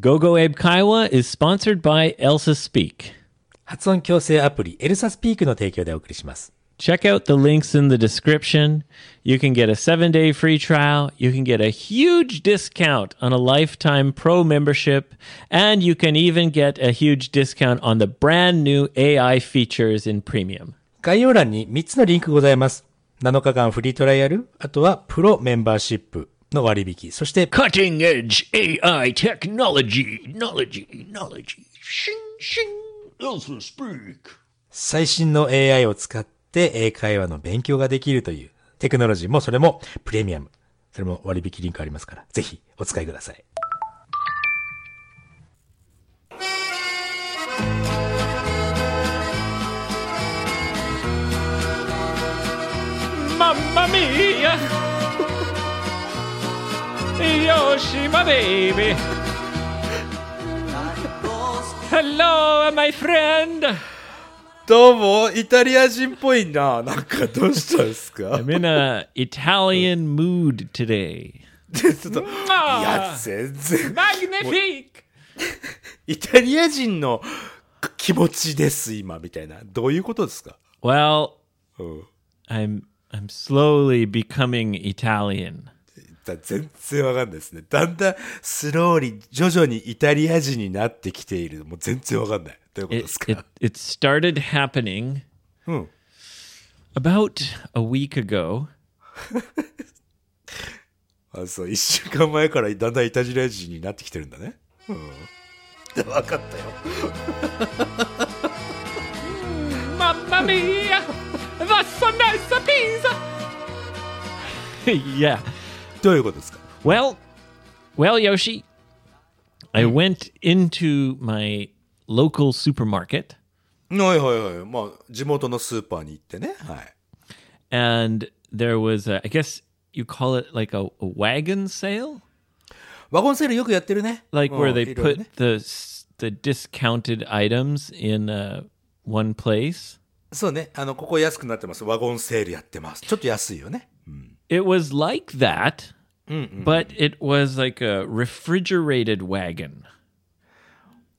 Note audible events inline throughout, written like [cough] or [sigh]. GoGo ア b 会話 is sponsored by Elsa Speak. 発音矯正アプリエルサスピークの提供でお送りします。 Check out the links in the description. You can get a seven day free trial. You can get a huge discount on a lifetime pro membership. And you can even get a huge discount on the brand new AI features in premium. 概要欄に3つのリンクございます。7日間フリートライアル、あとはプロメンバーシップの割引、そして、 Cutting edge AI technology, knowledge, knowledge. Shing, shing. Elsa Speak. 最新の AI を使って英会話の勉強ができるというテクノロジーもそれもプレミアム。それも割引リンクありますから、ぜひお使いください。 Mamma mia! Yoshima baby! Hello, my friend! どうも、イタリア人っぽいな。なんか、どうしたんですか I'm in a Italian mood today. ちょっと、いや、全 Ah, 然、Magnifique! イタリア人の気持ちです、今、みたいな。どういうことですか Well, うん。 I'm I'm slowly becoming Italian. だ全然わかんないですね。だんだん、スローリー、徐々にイタリア人になってきている。もう全然わかんない。どういうことで It, すか it it started happening うん。 about a week ago. あ、そう、一週間前からだんだんイタリア人になってきてるんだね。うん。わかったよ。 Mamma mia! That's so nice a pizza! [laughs] yeah. どういうことですか Well, well, Yoshi, I went into my local supermarket はいはいはい。まあ、地元のスーパーに行ってね。はい。 and there was, a, I guess you call it like a, a wagon sale, ワゴンセールよくやってるね。 like where うん they いろ put いろね the s- the discounted items in uh, one place. そうね。あの、ここ安くなってます。ワゴンセールやってます。ちょっと安いよね。 It was like that, but it was like a refrigerated wagon.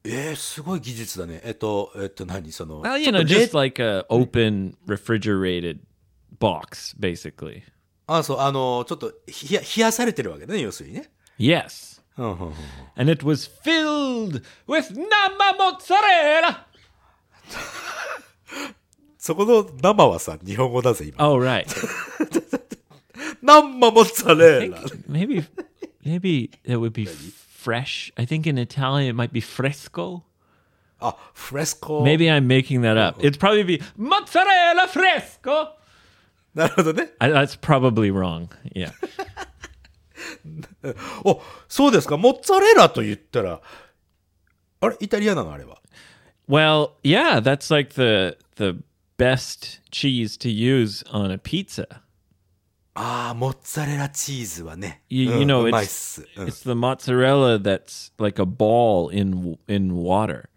えー、すごい技術だね。えっと、えっと、何その。 Well, you ちょ know, っと冷 just like a open refrigerated box, basically. あ、そう、あの、ちょっと冷や、冷やされてるわけね、要するにね。 Yes. うんうんうん And it was filled with Nama mozzarella. そこの生はさ、日本語だぜ、 [laughs] 今。 Oh, [laughs] right. 生モッツァレーラ。 maybe, maybe it would be fresh. I think in Italian it might be fresco. あ、フレスコ。 Maybe I'm making that up. It'd probably be mozzarella fresco. なるほどね。 I, that's probably wrong. [laughs] Yeah. お、そうですか。モッツァレーラと言ったら、あれイタリアなのあれは。 Well, yeah, that's like the the best cheese to use on a pizza. ああ、モッツァレラチーズはね。 You, うん you know, うまいっ it's す。うん it's the mozzarella that's like a ball in in water.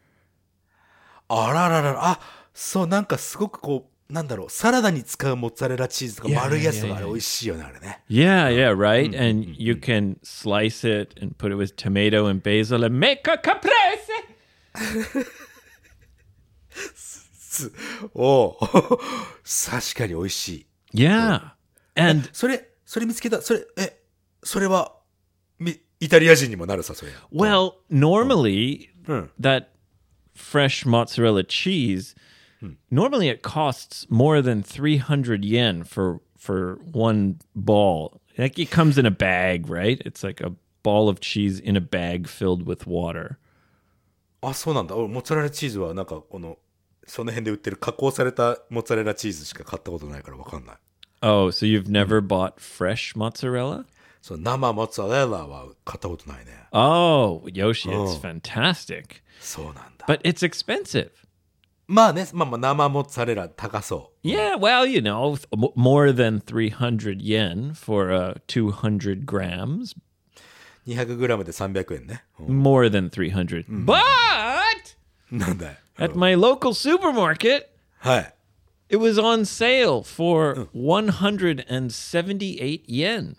あらららら、あそう、なんかすごくこう、なんだろう、サラダに使うモッツァレラチーズとかいやいや丸いやつといやいかあやれ美味しいよね、あれね。 Yeah, yeah, right. and you can slice it and put it with tomato and basil and make a caprese. すおう [laughs] 確かに美味しい。 Yeah. And それ、それ見つけた、それ、え、それは、みイタリア人にもなるさ、それ。 well, normally うん。 that fresh mozzarella cheese normally it costs more than 300 yen for for one ball. Like it comes in a bag, right? It's like a ball of cheese in a bag filled with water. あ、そうなんだ。俺、モッツァレラチーズはなんか、この、その辺で売ってる加工されたモッツァレラチーズしか買ったことないからわかんない。 Oh, so you've never bought fresh mozzarella? そう生モッツァレラは買ったことないね。 Oh, Yoshi, it's Oh. fantastic. そうなんだ。 But it's expensive. まあね、まあまあ生モッツァレラ高そう。 Yeah, well, you know, th- m- more than 300 yen for uh, 200 grams. 200g で300円ね。うん More than 300. But なんだよ。 at my local supermarket, はい。 it was on sale for 178 yen.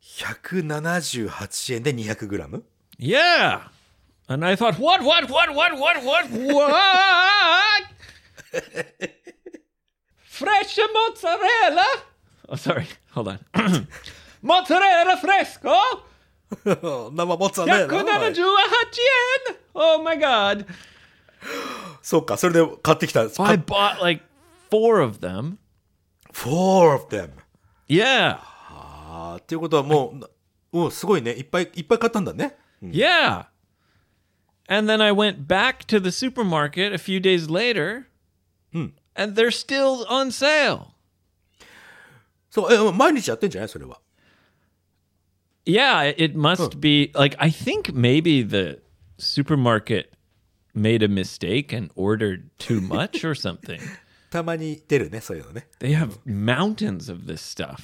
178円で 200g? Yeah. And I thought, what, what, what, what, what, what, what? [laughs] Fresh mozzarella. Oh, sorry. Hold on. [clears throat] mozzarella fresco. [laughs] 生モッツァレラ178 yen. Oh my god. そうか、それで買ってきた。 I 買っ bought like four of them. four of them. Yeah. あーっていうことはもうな、おすごいね。いっぱいいっぱい買ったんだね。Hmm. Yeah. And then I went back to the supermarket a few days later, and they're still on sale. そう、え、毎日やってんじゃないそれは。 Yeah, it- it must be like I think maybe the supermarket made a mistake and ordered too much or something. たまに出るね、そういうのね。 They have mountains of this stuff.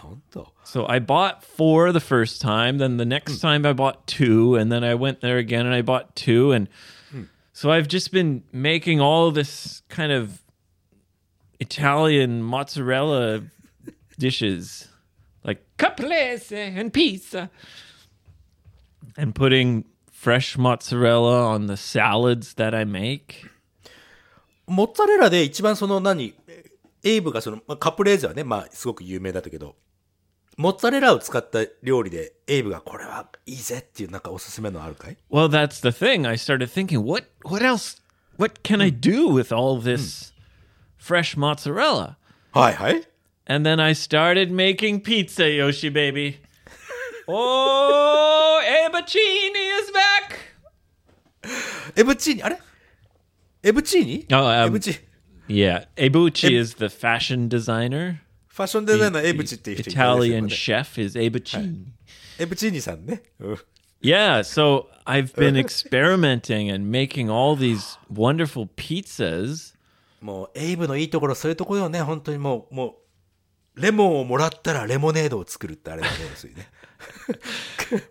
本当。 So I bought four the first time, then the next time I bought two, and then I went there again and I bought two. And so I've just been making all this kind of Italian mozzarella dishes like caprese and pizza and putting fresh mozzarella on the salads that I make. モッツァレラで一番その何、エイブがその、まあカプレーゼはね、まあすごく有名だったけど、モッツァレラを使った料理でエイブがこれはいいぜっていうなんかおすすめのあるかい Well, that's the thing. I started thinking, what what else? What can I do with all this fresh mozzarella? はいはい。 And then I started making pizza, Yoshi baby. oh, Abacini is back. エブチーニ、あれエブチーニ Oh, um, エブチ、フ Yeah, Abucci is the fashion designer. ァッションデザイナーのエブチっていう人いたね Italian そこ chef is Abucci. でエブチーニさんね。うん。 Yeah, so I've been experimenting and making all these wonderful pizzas. もうエイブのいいところ、そういうところよね、本当にもう、もう、レモンをもらったらレモネードを作るってあれだね、要するにね。 [laughs]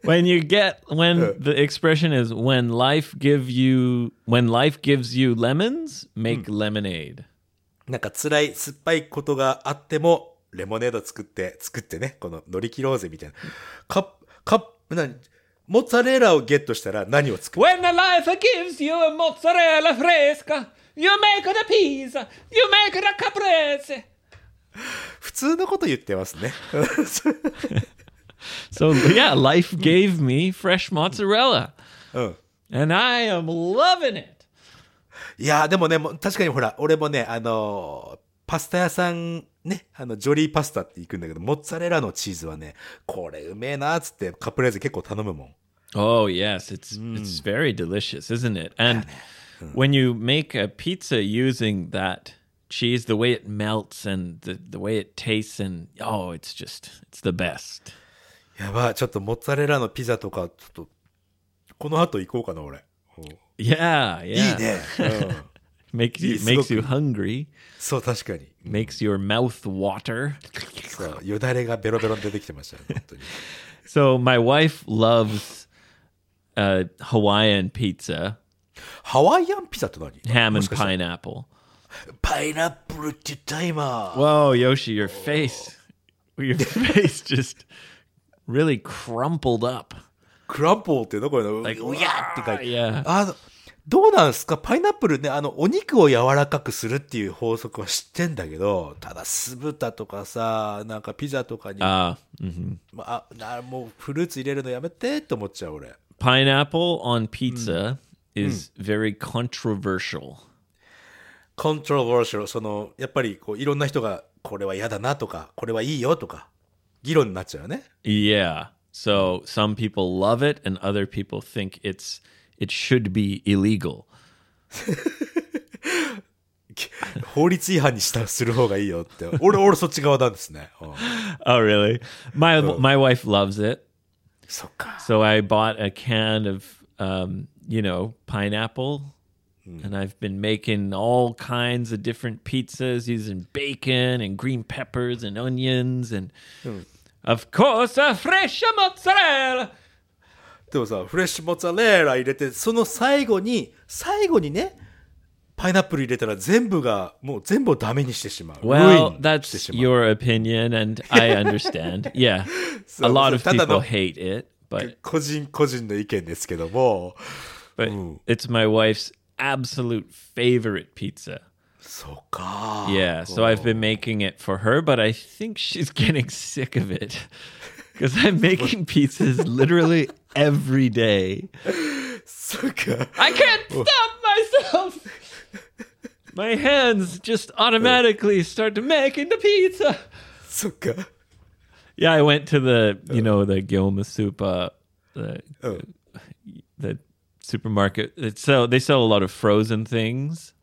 when you get when the expression is when life give you when life gives you lemons make lemonade なんか辛い酸っぱいことがあっても、レモネード作って、作ってね、この乗り切ろうぜみたいな。カップ、カップ、なに、モッツァレラをゲットしたら何を作る when life gives you a mozzarella fresca you make the pizza you make the caprese 普通のこと言ってますね。 [laughs] so yeah life gave me fresh mozzarella うん。 and i am loving it いやーでもね、もう確かにほら、俺もね、あのーパスタ屋さん、ね、あの、ジョリーパスタって行くんだけど、モッツァレラのチーズはね、これうめえなーっつってカプレーゼ結構頼むもん。 Oh yes, it's it's very delicious, isn't it? And when you make a pizza using that cheese, the way it melts and the, the way it tastes and oh, it's just it's the best. やばい、ちょっとモッツァレラのピザとか、ちょっと、この後行こうかな、俺。うん Yeah, いい yeah. ね。うん Makes you Yes, makes look. you hungry, そう、確かに。 makes your mouth water. そう、よだれがベロベロに出てきてましたよ、本当に。 So my wife loves uh, Hawaiian pizza, ハワイアンピザって何 ham and pineapple. パイナップルってタイマー。 Whoa, Yoshi, your face, your [laughs] face just really crumpled up. クランポーっていうのこれの、 Like, うやーって書いて。 Yeah. あの、どうなんすかパイナップルね、あの、お肉を柔らかくするっていう法則は知ってんだけど、ただ酢豚とかさ、なんかピザとかに、あ Uh, まあ、なもうフルーツ入れるのやめてって思っちゃう俺。 pineapple on pizza is very controversial. コントロバーシャル、その、やっぱりこう、いろんな人が、これは嫌だなとか、これはいいよとか、議論になっちゃうよね。 [laughs] Yeah. So some people love it and other people think it's it should be illegal. 法律違反にしたする方がいいよって。俺、俺そっち側なんですね。うん Oh really? My my wife loves it. そっか。 So I bought a can of um, you know, pineapple and I've been making all kinds of different pizzas using bacon and green peppers and onions and of course a fresh mozzarella. でもさ、フレッシュモッツァレーラ入れて、その最後に、最後にね、パイナップル入れたら全部が、もう全部をダメにしてしまう。 Well, ルインしてし that's まう。 your opinion, and I understand. yeah, a lot of ただ people の hate it, but 個人個人の意見ですけども、 but Ooh. it's my wife's absolute favorite pizza. そうか。 Yeah, so I've been making it for her, but I think she's [laughs] getting sick of it [laughs] because I'm making pizzas literally every day. そうか。 I can't stop myself. [laughs] My hands just automatically start to making the pizza. そっか。 Yeah, I went to the you know the Gilma soup uh, the Mm. the supermarket. It's so they sell a lot of frozen things.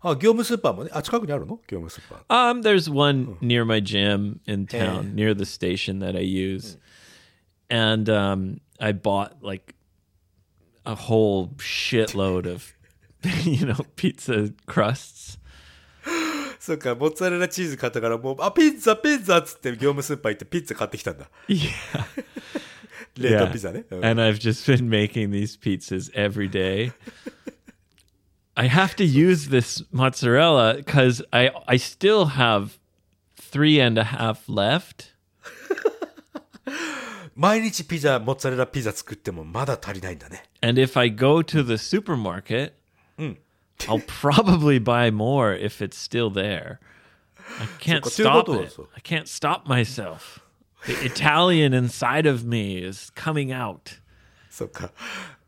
あ、業務スーパーもね。あ、近くにあるの業務スーパー。 Um, there's one near my gym in town, near the station that I use, and um, I bought like a whole shitload of [laughs] you know pizza crusts. そっか、モッツァレラチーズ買ったからもう、あ、ピッツァ、ピッツァっつって業務スーパー行ってピッツァ買ってきたんだ。 Yeah. [laughs] 冷凍ピザね。うん And I've just been making these pizzas every day. I have to use this mozzarella because I I still have three and a half left. 毎日ピザ、モッツァレラピザ作ってもまだ足りないんだね。 And if I go to the supermarket, I'll [laughs] probably buy more if it's still there. I can't So, stop potato it. also. I can't stop myself. The Italian inside of me is coming out. そっか。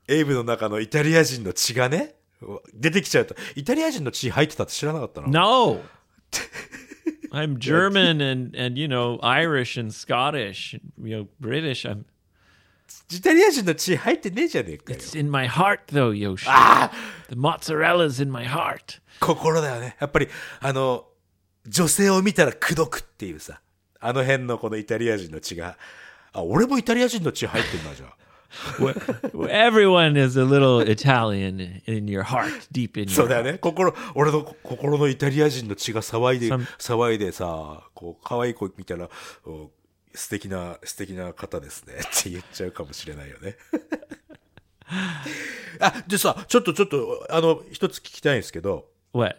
エイブの中のイタリア人の血がね、うわ出てきちゃうと。イタリア人の血入ってたって知らなかったの No. [laughs] I'm German and and you know Irish and Scottish, you know British. I'm イタリア人の血入ってねえじゃねえかよ。 it's in my heart though, Yoshi. The mozzarella's in my heart. 心だよね。やっぱり、あの、女性を見たら口説くっていうさ、あの辺のこのイタリア人の血が、あ、俺もイタリア人の血入ってんな、じゃあ。 Wh- [laughs] Everyone is a little Italian in your heart, deep in そ your うだよね。心、俺の心のイタリア人の血が騒いで、騒いでさ、こう、可愛い子見たら、お素敵な、素敵な方ですね。 [laughs] って言っちゃうかもしれないよね。 [laughs] あ、でさ、ちょっとちょっと、あの、一つ聞きたいんですけど、 what?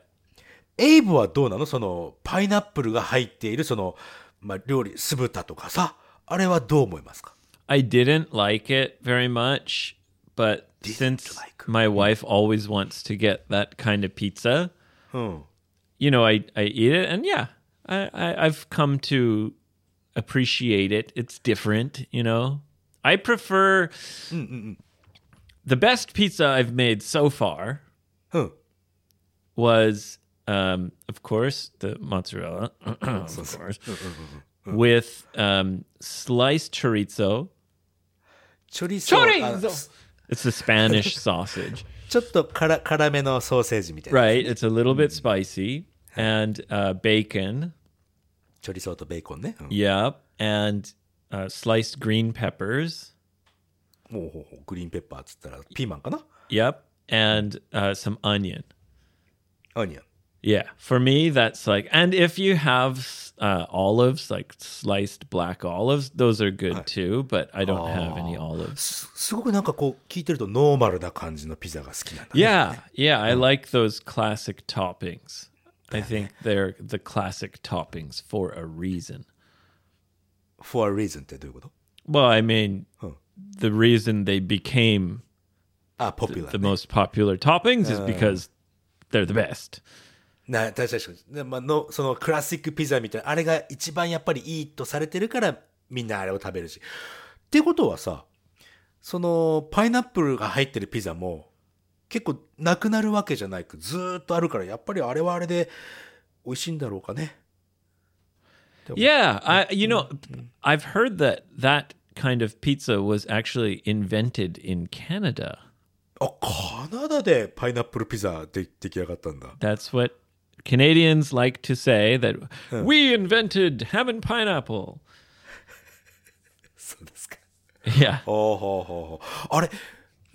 エイブはどうなのその、パイナップルが入っている、その、まあ、料理、酢豚とかさ、あれはどう思いますか I didn't like it very much, but since like. my wife always wants to get that kind of pizza, うん。 you know, I, I eat it and yeah, I, I, I've come to appreciate it. It's different, you know. I prefer the best pizza I've made so far うん。 was, um, of course, the mozzarella, [clears throat] of course, with um, sliced chorizo. チョリソチョリあーゾIt's the Spanish sausage, ちょっと辛、辛めのソーセージみたいな。 right? It's a little bit spicy and uh, bacon. チョリソーとベーコンね。うん Yep, and uh, sliced green peppers. もうほうほうグリーンペッパーっつったらピーマンかな Yep, and uh, some onion. アニオン。 Yeah, for me that's like, and if you have uh, olives, like sliced black olives, those are good too. But I don't have any olives. すすごくなんかこう聞いてるとノーマルな感じのピザが好きなん [laughs] だ、ね。Yeah, yeah, I like those classic toppings. I think they're the classic toppings for a reason. for a reason ってどういうこと Well, I mean, Huh. the reason they became あ、ポピュラ the ー、ね。 most popular toppings is because they're the best. な確かに確かにでまあの。そのクラシックピザみたいな、あれが一番やっぱりいいとされてるからみんなあれを食べるし。ってことはさ、そのパイナップルが入ってるピザも結構なくなるわけじゃないくずーっとあるからやっぱりあれはあれで美味しいんだろうかね。 Yeah, I you know, I've heard that that kind of pizza was actually invented in Canada. あ、カナダでパイナップルピザで出来上がったんだ。 That's what Canadians like to say that we invented ham and pineapple. そうですか。 Yeah. ほうほうほうほう。あれ、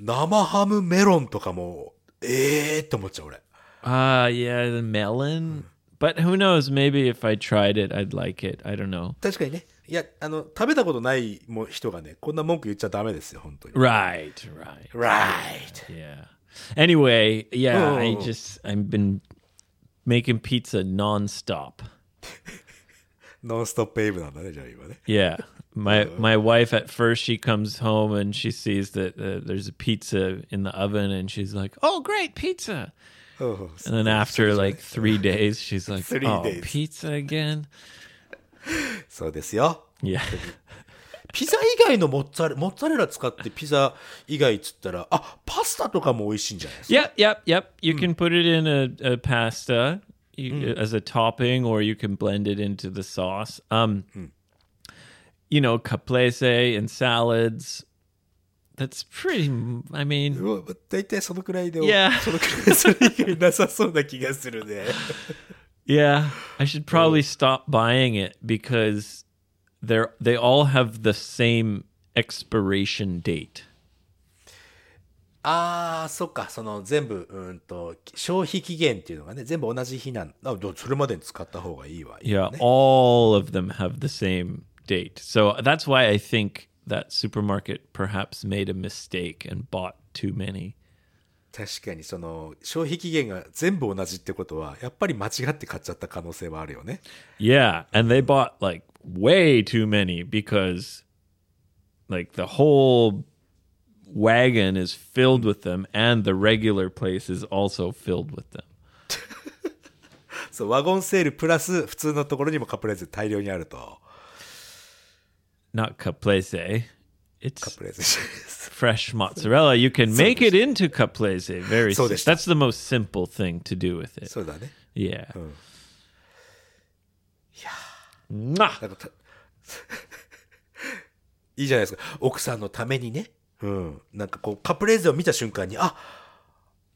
生ハムメロンとかも、ええー、って思っちゃう俺。 Uh yeah, the melon. But who knows, maybe if I tried it I'd like it. I don't know. 確かにね。いや、あの、食べたことないも人がね、こんな文句言っちゃダメですよ、本当に。 Right, right. Right. Yeah. Anyway, yeah, I Oh. just I've been making pizza nonstop. ノンストップエイブなんだね、じゃあ今ね。 Yeah. My my wife at first she comes home and she sees that uh, there's a pizza in the oven and she's like, "Oh, great pizza." うんうん And then after like 3 days she's like, Three "Oh, days. pizza again?" そうですよ。 Yeah. ピザ以外のモッツァレラ、モッツァレラ使ってピザ以外っつったら、あ、パスタとかも美味しいんじゃないですか Yep, yep, yep. You can put it in a, a pasta you, as a topping, or you can blend it into the sauce. Um, You know, caprese and salads. That's pretty. m- I mean, うん大体そのくらいで、 Yeah. そのくらい、それ以外なさそうな気がするね。 yeah. I should probably stop buying it because they're they all have the same expiration date. あー、そっか、その全部、うんと、消費期限っていうのがね、全部同じ日なんあ、どそれまでに使った方がいいわ。 Yeah, all of them have the same date. So that's why I think that supermarket perhaps made a mistake and bought too many. 確かにその、消費期限が全部同じってことは、やっぱり間違って買っちゃった可能性はあるよね。 Yeah, and they bought like way too many because like the whole wagon is filled with them and the regular place is also filled with them. そう、ワゴンセールプラス、普通のところにもカプレーゼ大量にあると。 Not caprese. It's カプレーゼです。 fresh mozzarella. You can make it into caprese very So sim- desu. That's the most simple thing to do with it. そうだね。 Yeah. Mwah. なんかた [laughs] いいじゃないですか。奥さんのためにね。うん。なんかこう、カプレーゼを見た瞬間に、あ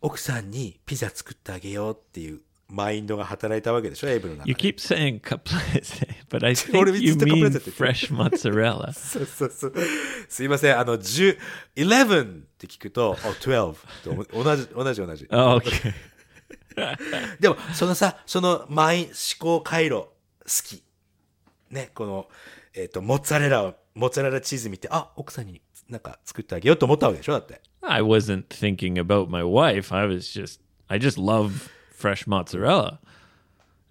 奥さんにピザ作ってあげようっていうマインドが働いたわけでしょ、エイブの中 You で。 keep saying caprese, [laughs] but I What think do we you just do [laughs] mean caprese? fresh mozzarella. そうそうそう。すいません、あの、10、11って聞くと、あ、12って同じ、同じ同じ。 Oh, okay. でも、そのさ、そのマイン、思考回路、好き。ね、この、えっ、と、モッツァレラを、モッツァレラチーズ見て、あ、奥さんになんか作ってあげようと思ったわけでしょだって。 I wasn't thinking about my wife. I was just, I just love fresh mozzarella.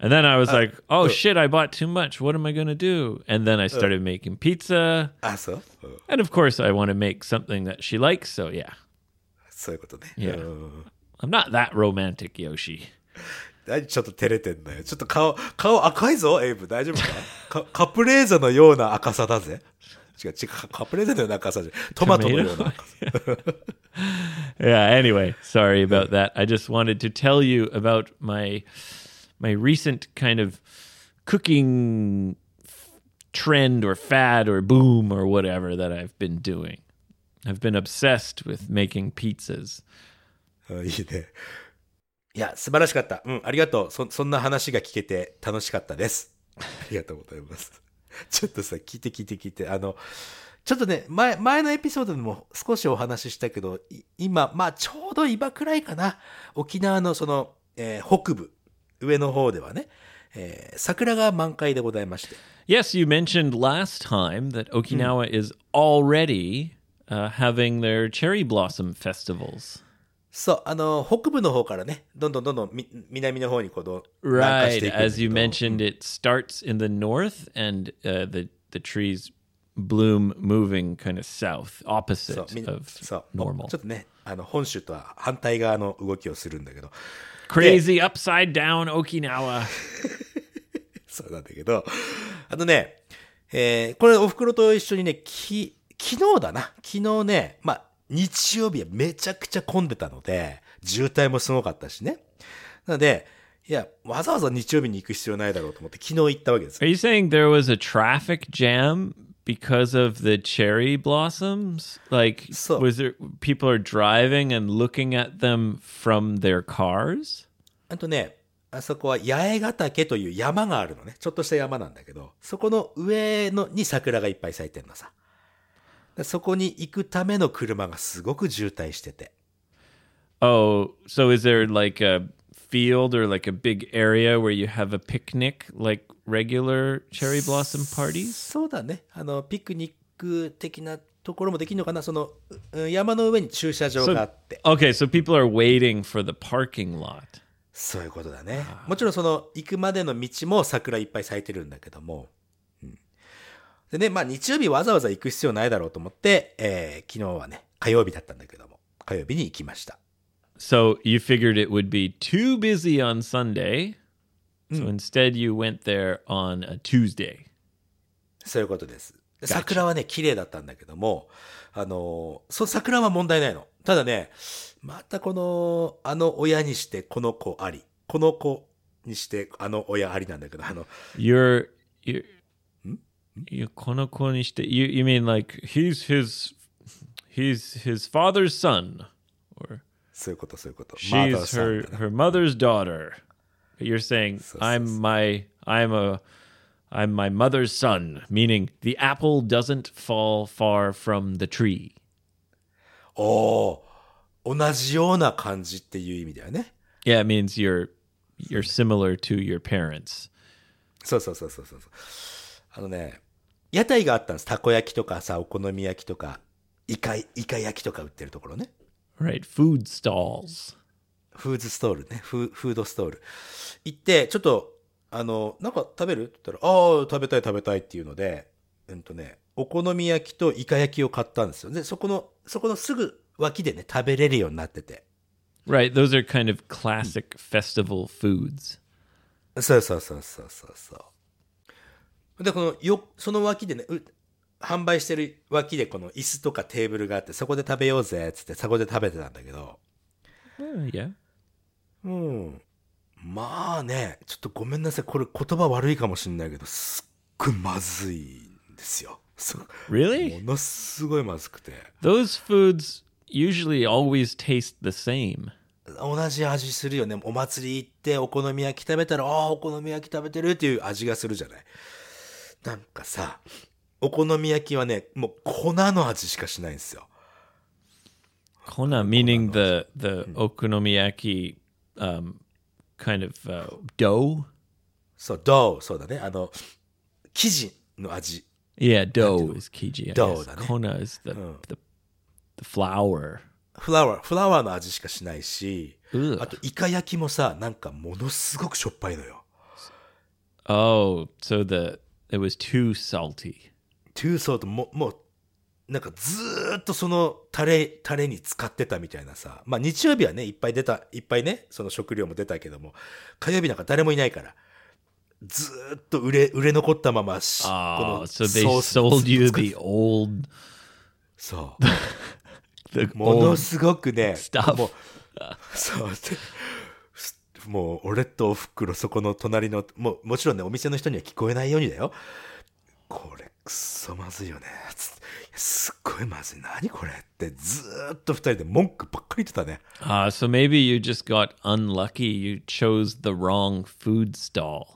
And then I Uh, was like, oh shit, I bought too much. What am I going to do? And then I Uh. started making pizza. あ、そう、うん、 And of course, I want to make something that she likes. So yeah, そういうことね。 Yeah. うん I'm not that romantic, Yoshi. 何ちょっと照れてんだよ。ちょっと顔、顔赤いぞ、エイブ。大丈夫か [laughs] かカプレーゼのような赤さだぜ。違う、違う、カプレーゼのような赤さじゃないトマトのような赤さ。 [laughs] Yeah, anyway, sorry about that. I just wanted to tell you about my my recent kind of cooking trend or fad or boom or whatever that I've been doing. I've been obsessed with making pizzas. うんいいね。いや、素晴らしかった。うん、ありがとう。そ、そんな話が聞けて楽しかったです。ありがとうございます。 [laughs] ちょっとさ、聞いて聞いて聞いて、あの、ちょっとね、前、前のエピソードでも少しお話ししたけど、い今、まあ、ちょうど今くらいかな。沖縄のその、えー北部、上の方ではね、えー桜が満開でございまして。 Yes, you mentioned last time that Okinawa is already uh, having their cherry blossom festivals. そう、あの、北部の方からね、どんどんどんどんみ南の方にこうどん、南下し Right. ていくんだけど As you mentioned, it starts in the north and uh, the the trees bloom moving kind of south, そう opposite みんな of そうお normal. ちょっとね、あの、本州とは反対側の動きをするんだけど、 [laughs] Crazy upside down Okinawa. そうなんだけど、あのね、えーこれお袋と一緒にね、き、昨日だな。昨日ね、まあ、日曜日はめちゃくちゃ混んでたので、渋滞もすごかったしね。なので、いや、わざわざ日曜日に行く必要ないだろうと思って昨日行ったわけです Are。you saying there was a traffic jam because of the cherry blossoms? Like So- was there people are driving and looking at them from their cars? あとね、あそこは八重ヶ岳という山があるのね。ちょっとした山なんだけど、そこの上のに桜がいっぱい咲いてんのさ。でそこに行くための車がすごく渋滞してて。 Oh, so is there like a field or like a big area where you have a picnic like regular cherry blossom parties? そうだね。あの、ピクニック的なところもできるのかなその、ううん山の上に駐車場があって。 Okay, so people are waiting for the parking lot. そういうことだね。もちろんその、行くまでの道も桜いっぱい咲いてるんだけども、でね、まあ日曜日わざわざ行く必要ないだろうと思って、えー昨日はね、火曜日だったんだけども、火曜日に行きました。 So you figured it would be too busy on Sunday. So instead, you went there on a Tuesday. そういうことです。で桜はね、綺麗だったんだけども、あのー、そ桜は問題ないの。ただね、またこの、あの親にしてこの子あり、この子にしてあの親ありなんだけど、あの、 You're you you konokonishite. You you mean like he's his he's his father's son or そういうことそういうこと。マーダー she's さん her だね her mother's daughter. But you're saying I'm my I'm a I'm my mother's son, meaning the apple doesn't fall far from the tree. おお同じような感じっていう意味だよね。 Yeah, it means you're you're similar to your parents. そうそうそうそうそうそう。あのね、屋台があったんです。たこ焼きとかさ、お好み焼きとか、イカ、イカ焼きとか売ってるところね。 Right, food stalls. フーズストールね。フーフードストール。行って、ちょっと、あの、なんか食べるって言ったら、ああ、食べたい食べたいっていうので、うんとね、お好み焼きとイカ焼きを買ったんですよ。で、そこの、そこのすぐ脇でね、食べれるようになってて。 Right, those are kind of classic festival foods. そうそうそうそうそうそう。で、このよ、その脇でね、う販売してる脇でこの椅子とかテーブルがあって、そこで食べようぜ、つってそこで食べてたんだけど、 Uh, yeah. うん。まあね、ちょっとごめんなさい、これ言葉悪いかもしんないけど、すっごいまずいんですよ。そうも Really? のすごいまずくて。 Those foods usually always taste the same. 同じ味するよね。お祭り行ってお好み焼き食べたら、ああ、お好み焼き食べてるっていう味がするじゃない。なんかさ、お好み焼きはね、もう粉の味しかしないんですよ。 Kona, Hmm. meaning the the okonomiyaki um, kind of uh, dough. そう、どう、そうだね。あの、生地の味。 Yeah, dough Oh. is kiji. I Dough, guess. that, eh? Kona is the, the the flour. フラワー、フラワーの味しかしないし、 Ugh. あと、イカ焼きもさ、なんかものすごくしょっぱいのよ。 Oh, so the it was too salty. トゥーソーとも、もう、なんかずーっとそのタレ、タレに使ってたみたいなさ。まあ日曜日はね、いっぱい出た、いっぱいね、その食料も出たけども、火曜日なんか誰もいないから、ずーっと売れ、売れ残ったままし、 Oh, ソ so ー they ス sold you the old そう。 the もの old すごく [laughs] ね、 stuff. もう、そう、でもう、俺とおふくろ、そこの隣の、もう、もちろんね、お店の人には聞こえないようにだよ。これ、くっそまずいよね。つってすっごいまずい。何これって、ずーっと二人で文句ばっかり言ってたね。 Ah, so maybe you just got unlucky. You chose the wrong food stall.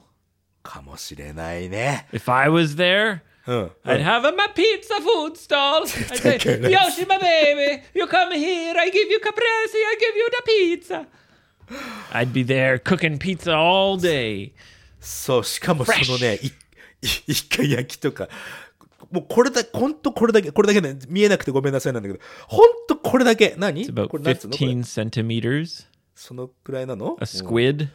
かもしれないね。 If I was there, うん。 I'd have my pizza food stall. [laughs] I'd say, goodness. Yoshi, my baby, you come here. I give you caprese. I give you the pizza. I'd be there cooking pizza all day. そう、しかもそのね、い、い一回焼きとか、もうこれだけ、ほんとこれだけ、これだけね、見えなくてごめんなさいなんだけど、ほんとこれだけ、何 About これなんつうのこれ15 centimeters. そのくらいなの A squid.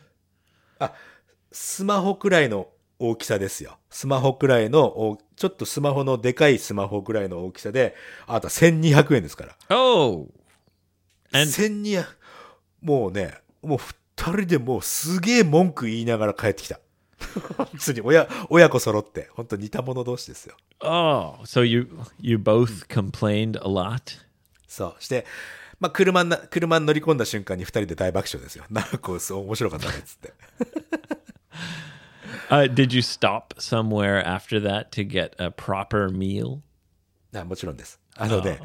スマホくらいの大きさですよ。スマホくらいの大、ちょっとスマホのでかいスマホくらいの大きさで、あとは1200円ですから。 Oh, And- 1200、もうね、もう二人でもうすげえ文句言いながら帰ってきた。 [laughs] 本当に親、親子揃って、本当似た者同士ですよ。 oh. So you you both complained a lot. そう。して、まあ、車な、車に乗り込んだ瞬間に二人で大爆笑ですよ。 [laughs] なんかこう、そう面白かったね、つって。 Uh, did you stop somewhere after that to get a proper meal? あもちろんです。あのね、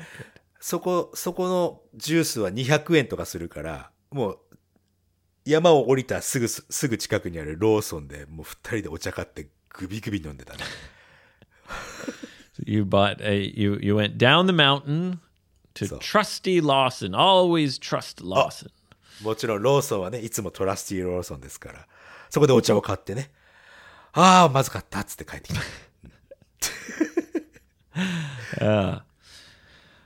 そこ、そこのジュースは200円とかするから、もう、山を降りたすぐす、すぐ近くにあるローソンで、もう二人でお茶買ってグビグビ飲んでたね。 You bought a you you went down the mountain to So- trusty Lawson. Always trust Lawson. もちろんローソンはね、いつもトラスティーローソンですから、そこでお茶を買ってね、ああ、まずかったっつって帰ってきた。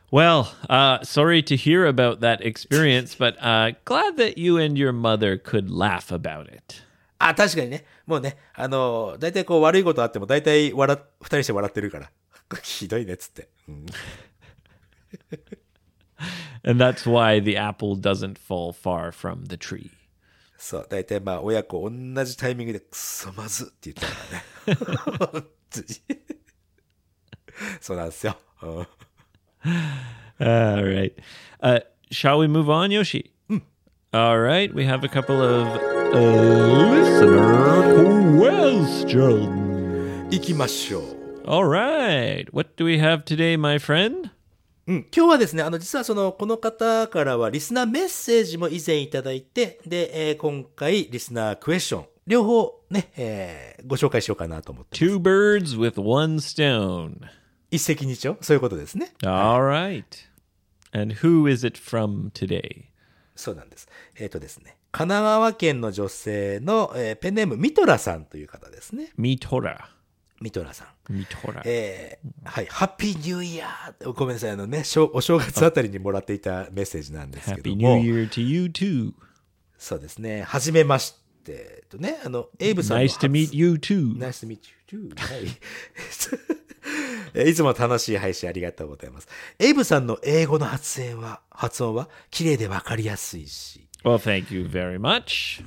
Well, uh, sorry to hear about that experience, but uh, glad that you and your mother could laugh about it. あ、確かにね。もうね、あのー、大体こう悪いことあっても大体笑っ、二人して笑ってるから。 [laughs] ひどいね、っつって。うん、 And that's why the apple doesn't fall far from the tree. そう、大体まあ親子同じタイミングで、くそまずって言ってたからね。本当に [laughs] そうなんですよ。うん、 All Ah, right. Uh, shall we move on, Yoshi? All right. We have a couple of uh, listener questions. 行きましょう。 All right. What do we have today, my friend? うん、今日はですね、あの、実はその、この方からはリスナーメッセージも以前いただいて、で、えー今回、リスナークエスチョン、両方ね、えーご紹介しようかなと思って。 Two birds with one stone. 一石二鳥そういうことですね。 All right. And who is it from today? そうなんです。えっ、とですね、神奈川県の女性の、えーペンネームミトラさんという方ですね。 Mitora. ミトラさん。 Mitora. えーはい、ハッピーニューイヤーごめんなさい、あのね、しょお正月あたりにもらっていたメッセージなんですけ Happy ど New も、 Year to you too. そうですね、はじめましてとね、あの、エイブさんの Nice to meet you too. Nice to meet you too. はい [laughs] えー。いつも楽しい配信ありがとうございます。エイブさんの英語の発音は、発音は綺麗でわかりやすいし、 Well, thank you very much.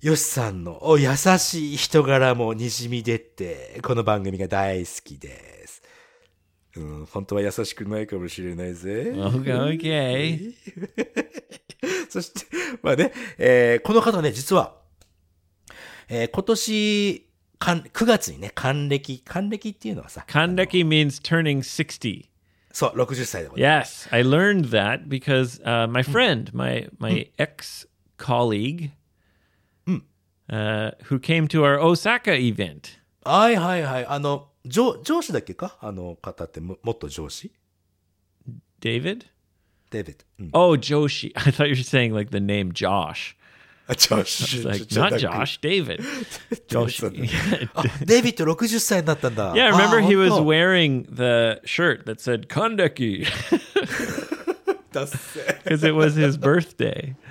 よしさんのお優しい人柄もにじみ出て、この番組が大好きです。うん、本当は優しくないかもしれないぜ。 Okay, okay. [laughs] そして、まあね、えーこの方ね、実は、えー今年、かん9月にね、還暦、還暦っていうのはさ、 Kanreki means turning 60. そう、60歳でございま Yes, I learned that because uh, my friend, my my ex colleague, uh, who came to our Osaka event. す。はいはいはい、あの、上、上司だっけかあの方っても、もっと上司 David? デイビッド。うん。 Oh, Joshi. [laughs] I thought you were saying like the name Josh. あ、上司。 [laughs] It's like じゃ not Josh, David. そう Joshi. だねあデイビッド60歳になったんだ。 [laughs] yeah, あ remember he was 本当 wearing the shirt that said [laughs] Kandeki だっせ because it was his birthday. [laughs]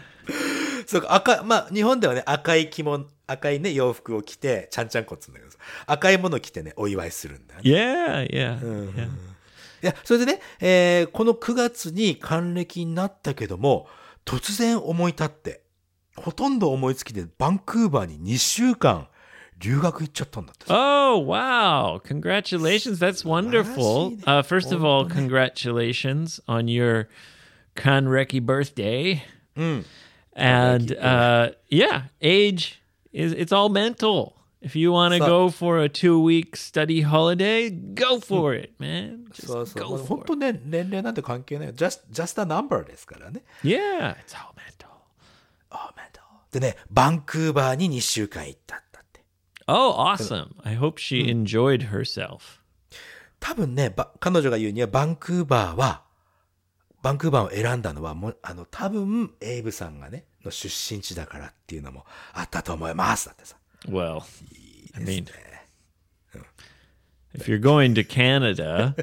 そうか、赤、まあ、日本ではね、赤い着物、赤いね、洋服を着て、ちゃんちゃんこっつうんだけどさ、赤いものを着てね、お祝いするんだよね。 Yeah, yeah. yeah. いや、それでね、えーこの9月に還暦になったけども、突然思い立って、ほとんど思いつきでバンクーバーに2週間留学行っちゃったんだって。 Oh, wow. Congratulations. That's wonderful. Uh, first of all, congratulations on your Kanreki birthday. And uh, yeah, age is it's all mental. If you want to So- go for a two week study holiday, go for it, man. Just そうそう。 go まあ本 for it. 当ね、年齢なんて関係ない。just, just a number ですからね。 Yeah, it's all mental. でね、バンクーバーに2週間行ったんだって。 Oh, awesome. I hope she enjoyed herself. 多分ね、ば彼女が言うには、バンクーバーは、バンクーバーを選んだのは、もう、あの、多分、エイブさんがね、の出身地だからっていうのもあったと思います。だってさ。 Well, I mean, if you're going to Canada,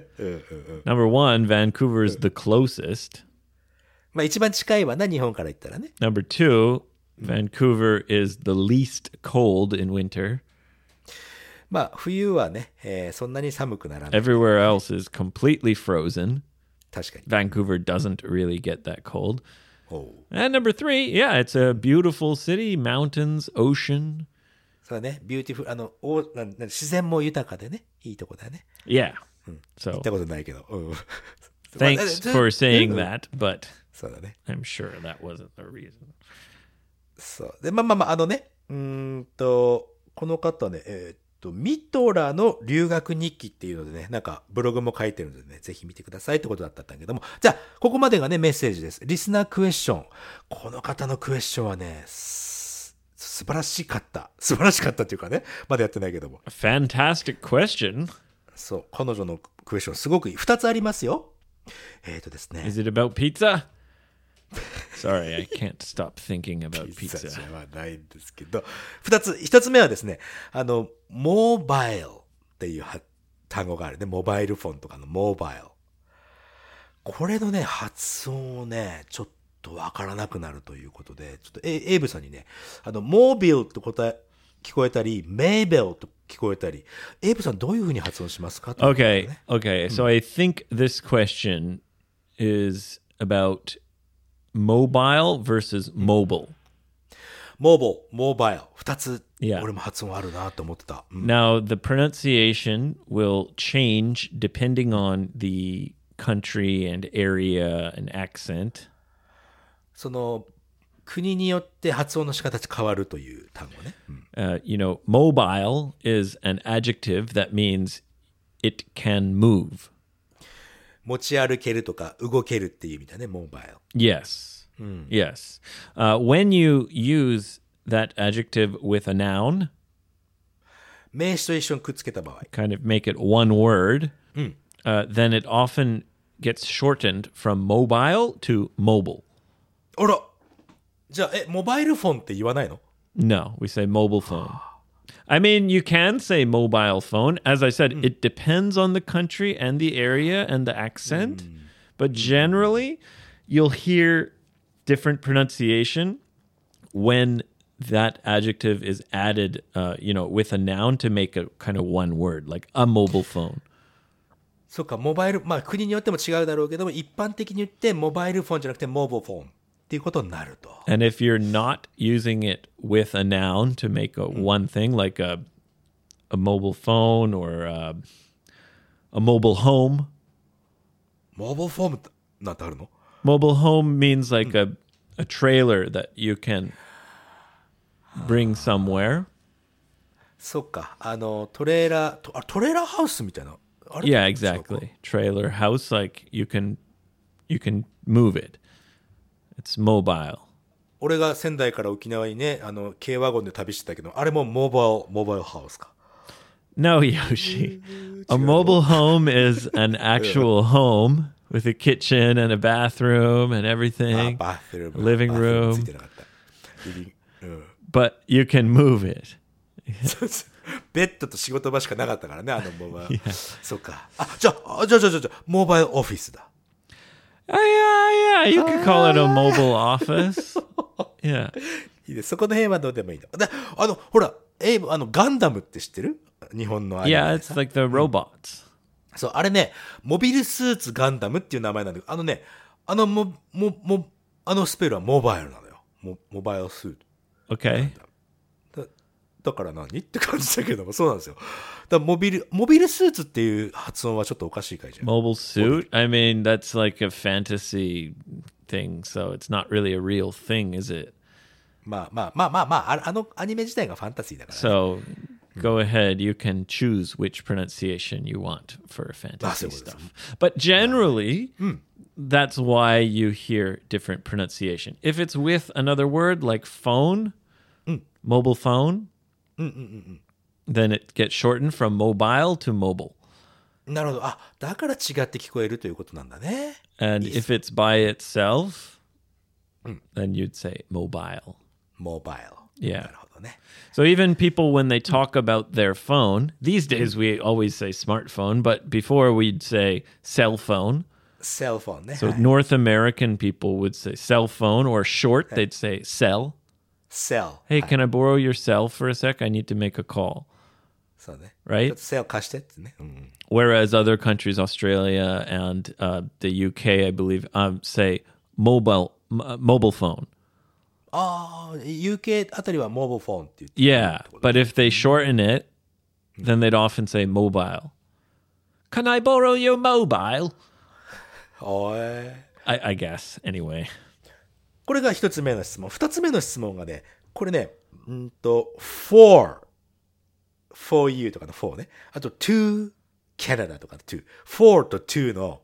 number one, Vancouver is the closest. まあ一番近いわな、日本から言ったらね。 Number two, Vancouver is the least cold in winter. まあ冬はね、えーそんなに寒くならない。 Everywhere else is completely frozen. 確かに。 Vancouver doesn't really get that cold. おう And number three, yeah, it's a beautiful city, mountains, ocean. そうだね、ビューティフル、あの、おなな自然も豊かでね、いいとこだよね。 Yeah. 行 So ったことないけど。うん thanks まあ for う saying ん that, but そうだね。 I'm sure that wasn't the reason. そう。で、まあまあまあ、あのね、うーんと、この方ね、えーっと、ミトラの留学日記っていうのでね、なんかブログも書いてるのでね、ぜひ見てくださいってことだったんだけども、じゃあ、ここまでがね、メッセージです。リスナークエスチョン。この方のクエスチョンはね、す素晴らしかった。素晴らしかったっていうかね、まだやってないけども。 Fantastic question. そう、彼女のクエスチョンすごくいい。二つありますよ。えーっとですね。 Is it about pizza? [laughs] Sorry, I can't stop thinking about ピザ pizza. じゃないんですけど。ど二つ、一つ目はですね、あの、モバイルっていうは単語があるね。モバイルフォンとかのモバイル。これのね、発音をね、ちょっとわからなくなるということで、ちょっとエイエイブさんにね、あの、モービルって答え、聞こえたり、メイベルと聞こえたり、エイブさんどういうふうに発音しますかということで Okay. ね Okay. So I think this question is about mobile versus mobile. モーボー、モーバイル、二つ、 Yeah. 俺も発音あるなと思ってた。うん Now, the pronunciation will change depending on the country and area and accent. その、国によって発音の仕方が変わるという単語ね。うん Uh, you know, mobile is an adjective that means it can move. 持ち歩けるとか、動けるっていう意味だね、モーバイル。 Yes. Yes. Uh, when you use that adjective with a noun, 名詞と一緒にくっつけた場合。 kind of make it one word, uh, then it often gets shortened from mobile to mobile. あらじゃあ、え、モバイルフォンって言わないの No, we say mobile phone. I mean, you can say mobile phone. As I said, it depends on the country and the area and the accent, but generally, you'll hear different pronunciation when that adjective is added, uh, you know, with a noun to make a kind of one word, like a mobile phone. そうか、モバイル、まあ国によっても違うだろうけども、一般的に言って、モバイルフォンじゃなくて、モボフォンっていうことになると。 And if you're not using it with a noun to make a one thing, like a a mobile phone or a, a mobile home, モボフォームってなんてあるの mobile home means like a a trailer that you can bring somewhere. そっか、あの、トレーラー、とあトレーラーハウスみたいな。あれ Yeah, 違うか exactly. Trailer house, like you can you can move it. It's mobile. 俺が仙台から沖縄にね、あの、軽ワゴンで旅してたけど、あれもモバイル、モバイルハウスか。 No, [laughs] Yoshi. A mobile home is an actual home with a kitchen and a bathroom and あ everything. バッルーム。 Living バッルー room ムついてなかった。リビングうん but you can move it. そうそう [laughs] ベッドと仕事場しかなかったからね、あのモバイル。そっか。あ、じゃあ、あじゃあ、じゃあ、じゃあじゃあ、モバイルオフィスだ。 Oh, yeah, yeah. You could call it a mobile office. Yeah. いいです。そこの辺はどうでもいいの。だあの、ほら、エイブ、あの、ガンダムって知ってる日本のアニメ Yeah, で it's さ like the robots. そう、あれね、モビルスーツガンダムっていう名前なんだけど、あのね、あの、も、も、も、あのスペルはモバイルなのよ。モ、モバイルスーツ。 Okay. だだから何って感じだけども、そうなんですよ。だからモビル、モビルスーツっていう発音はちょっとおかしいかいじゃん。 Mobile suit. I mean, that's like a fantasy thing, so it's not really a real thing, is it? まあまあまあまあまあ、ああのアニメ自体がファンタジーだから、ね。 So Hmm. go ahead. You can choose which pronunciation you want for fantasy what it is. Hmm. stuff. But generally, that's why you hear different pronunciation. If it's with another word like phone, Hmm. mobile phone, then it gets shortened from mobile to mobile. なるほど。あ、だから違って聞こえるということなんだね。 And Yes. Hmm. if it's by itself, then you'd say mobile. モバイル。 Yeah. なるほどね。 So even people when they talk about their phone, these days we always say smartphone, but before we'd say cell phone. セルフォンね。 So はい North American people would say cell phone or short, they'd say cell. セル。 Hey, can I borrow your cell for a sec? I need to make a call. そうね。 Right ちょっとセル貸してってね。うん。 Whereas other countries, Australia and uh, the UK, I believe, um, say mobile m- uh, mobile phone. ああ、UK あたりはモボフォンって言って。 Yeah, but if they shorten it, then they'd often say mobile. Can I borrow your mobile? おい。 I, I guess anyway. これが一つ目の質問。二つ目の質問がね、これね、うんと、for, for you とかの for ね。あと to Canada とかの to。for と to の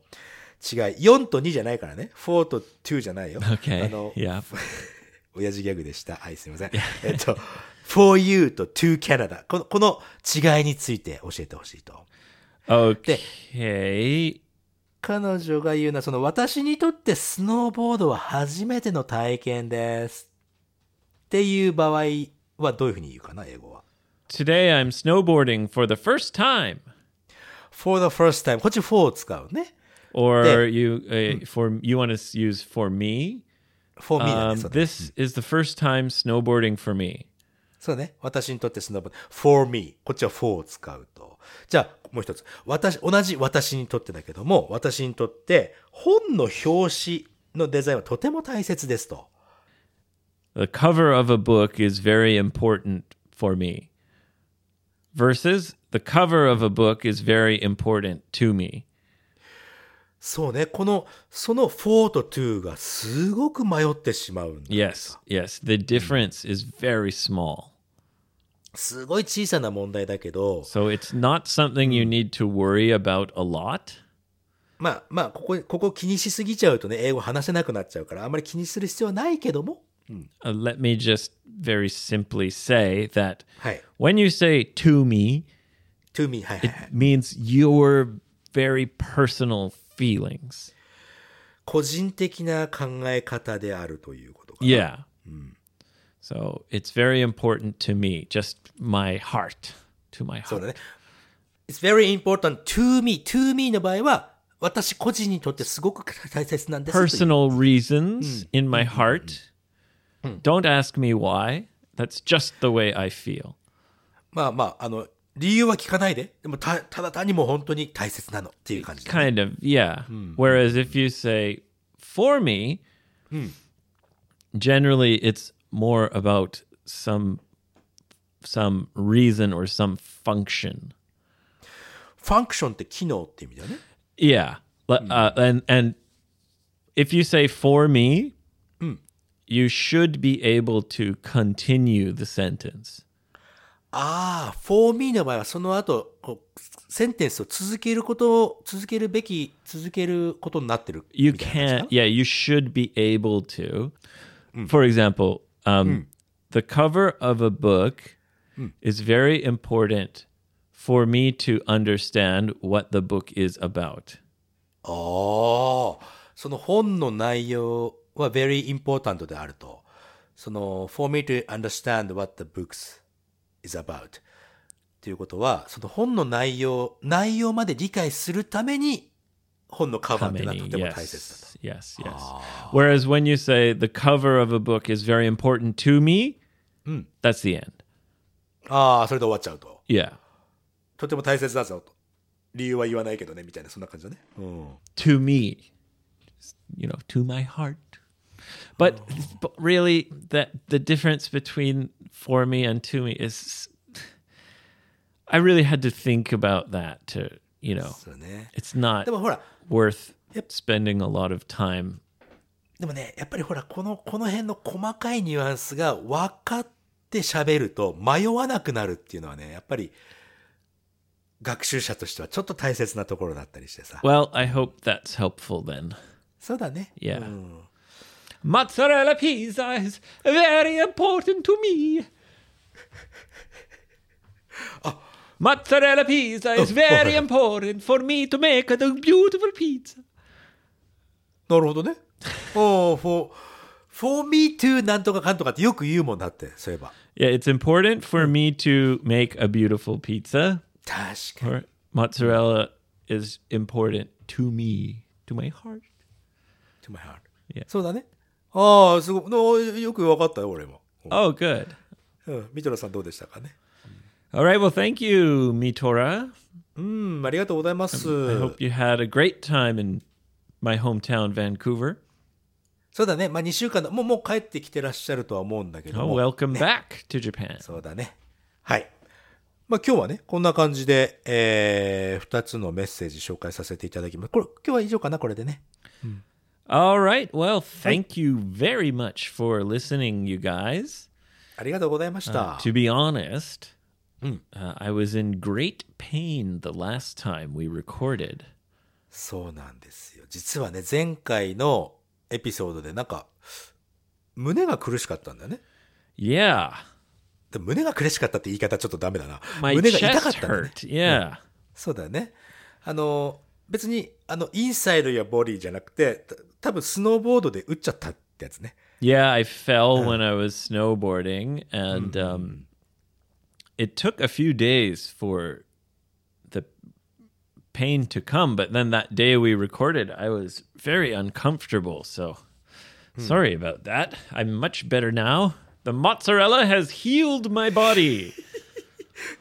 違い。4と2じゃないからね。for と to じゃないよ。 Okay. あの、 yeah. 親父ギャグでした。はい、すいません。えっと、for you と to Canada。この、この違いについて教えてほしいと。 Okay. 彼女が言うのは、その、私にとってスノーボードは初めての体験です。っていう場合はどういうふうに言うかな、英語は。 Today I'm snowboarding for the first time. for the first time. こっち for を使うね。 Or There. you uh, for you want to use for me? for me だね。 Um, そうだね this is the first time snowboarding for me. そうね。私にとってスノーボード。for me。こっちは for を使うと。じゃあ、もう一つ。私、同じ私にとってだけども、私にとって本の表紙のデザインはとても大切ですと。 The cover of a book is very important for me. Versus the cover of a book is very important to me. そうね。この、その for と to がすごく迷ってしまうんだ。 Yes, yes. The difference is very small. すごい小さな問題だけど、 So it's not something you need to worry about a lot. まあまあ、ここ、ここ気にしすぎちゃうとね、英語話せなくなっちゃうから、あんまり気にする必要はないけども、 Uh, let me just very simply say that はい。 when you say to me, to me, はいはいはい。 means your very personal feelings. 個人的な考え方であるということか。 Yeah. So it's very important to me, just my heart, to my そう heart. だね。It's very important to me, to me の場合は、私個人にとってすごく大切なんですという Personal reasons in my heart. Don't ask me why. That's just the way I feel. まあまあ、あの、理由は聞かないで。でもた、ただ単にもう本当に大切なのっていう感じだ。 Kind of, yeah. Whereas if you say for me, generally it's more about some some reason or some function. ファンクションって機能って意味だよね。 Yeah. Le- Uh, and and if you say for me, you should be able to continue the sentence. ああ、for me の場合はその後、こうセンテンスを続けることを、続けるべき、続けることになってる。 You みたいな感 can じか yeah, you should be able to. For example, um, the cover of a book is very important for me to understand what the book is about. なああ、その本の内容は very important であると。その、for me to understand what the books is about っていうことは、その本の内容、内容まで理解するために、本のカバーっていうのはと Kamini, ても大切だと。 yes, yes, yes. Whereas when you say the cover of a book is very important to me, that's the end. ああ、それで終わっちゃうと。 Yeah, とても大切だぞと。理由は言わないけどね、みたいな、そんな感じだね。うん。 to me, you know, to my heart. But, but really, that the difference between for me and to me is, I really had to think about that to, you know, そうね。 it's not でもほら、 worth spending a lot of time でもね、やっぱりほら、この、この辺の細かいニュアンスが分かって喋ると迷わなくなるっていうのはね、やっぱり、学習者としてはちょっと大切なところだったりしてさ。 Well, I hope that's helpful then. そうだね。 Yeah. Hmm. Mozzarella pizza is very important to [laughs] me. Oh. Mozzarella pizza is very important for me to make the beautiful pizza. なるほどね。 [laughs] おー、for, for me to なんとかかんとかってよく言うもんだって、そういえば。 Yeah, it's important for me to make a beautiful pizza. 確かに。 Or mozzarella is important to me, to my heart. to my heart. Yeah. そうだね。ああ、すごいおー。よく分かったよ、俺も。 Oh, good. うん。ミトラさんどうでしたかね。 All right. Well, thank you, Mitora. うん、ありがとうございます。 I hope you had a great time in my hometown, Vancouver. そうだね。まあ、2週間の、もう、もう帰ってきてらっしゃるとは思うんだけど Oh, も。 welcome back to Japan. そうだね。はい。まあ、今日はね、こんな感じで、えー、2つのメッセージ紹介させていただきます。これ、今日は以上かな、これでね。 All right. Well, thank you very much for listening, you guys. ありがとうございました。 To be honest, uh, I was in great pain the last time we recorded. そうなんですよ。実はね、前回のエピソードで、なんか、胸が苦しかったんだよね。 Yeah. でも胸が苦しかったって言い方ちょっとダメだな。 My 胸が痛 chest かったんだね。 hurt. Yeah. そうだよね。あの、別に、あの、インサイドやボディじゃなくて、た多分スノーボードで打っちゃったってやつね。 Yeah, I fell when I was snowboarding, and um, it took a few days for the pain to come. But then that day we recorded, I was very uncomfortable. So Sorry about that. I'm much better now. The mozzarella has healed my body.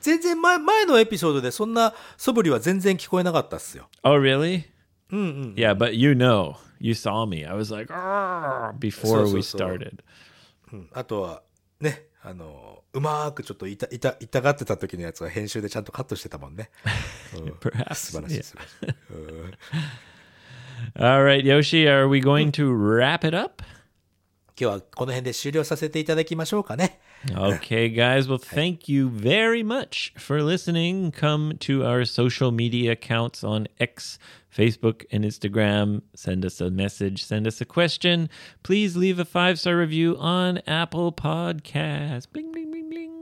全然前、前のエピソードでそんな素振りは全然聞こえなかったっすよ。 Oh, really? Yeah, but you know, you saw me. I was like, "Argh," before So, so, we so. started. うんあとは、ね、あの、うまーくちょっと痛、痛、痛がってた時のやつは編集でちゃんとカットしてたもんね。うん Perhaps, 素晴らしい、素晴らしい。 All right, Yoshi, are we going to wrap it up? 今日はこの辺で終了させていただきましょうかね。 Okay, guys. Well, thank you very much for listening. Come to our social media accounts on X, Facebook, and Instagram. Send us a message, send us a question. Please leave a five star review on Apple Podcasts. Bling, bling, bling, bling.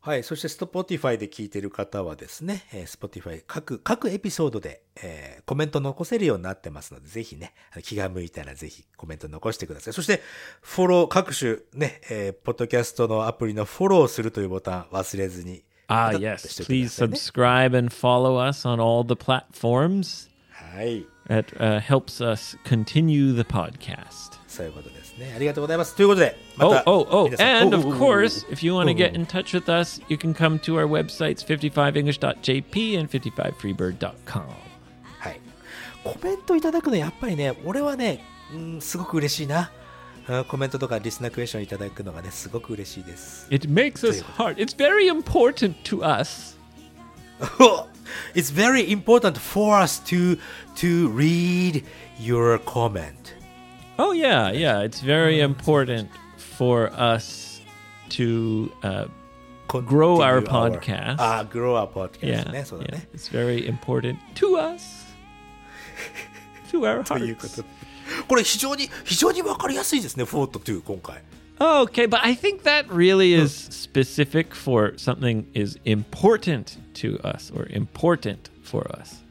はい。そして、Spotify で聞いてる方はですね、えー Spotify 各、各エピソードで、えーコメント残せるようになってますので、ぜひね、あの気が向いたらぜひコメント残してください。そして、フォロー、各種ね、えーポッドキャストのアプリのフォローするというボタン忘れずに。 Ah, ポタッと yes. しておいてくだ Please さいね subscribe and follow us on all the platforms. はい。 That uh, helps us continue the podcast. そういうことですね。ありがとうございます。ということで、ま Oh, た oh, oh. 皆さん And おうおうお of う course, if you want to get Oh. in touch with us, you can come to our websites 55english.jp and 55freebird.com. はい。コメントいただくの、やっぱりね、俺はね、うん、すごく嬉しいな。うんコメントとかリスナークエスチョンいただくのがね、すごく嬉しいです。 [laughs] It makes us hard. It's very important to us. It's very important for us to, to read your comment. Oh, yeah, yeah. It's very important for us to. Uh, Grow our podcast. ああ、grow our podcast ね。 yeah, そうだ yeah. ね。 It's very important to us, [laughs] to our [laughs] というこ hearts. と。これ非常に、非常にわかりやすいですね、4と2、今回。 Oh, okay, but I think that really is specific for something is important to us or important for us.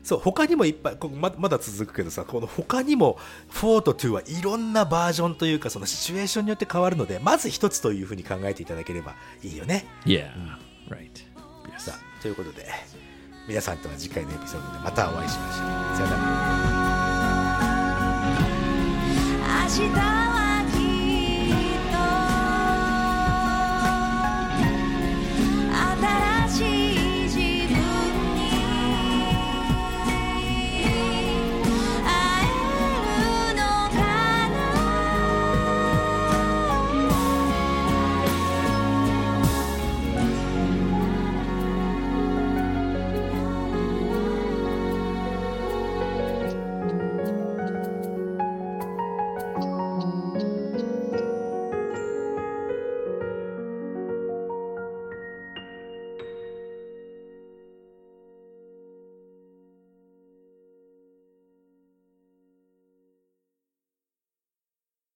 そう他にもいっぱいこままだ続くけどさこの他にも4と2はいろんなバージョンというかそのシチュエーションによって変わるのでまず一つというふうに考えていただければいいよね Yeah, right. さあということで皆さんとは次回のエピソードでまたお会いしましょうさよなら明日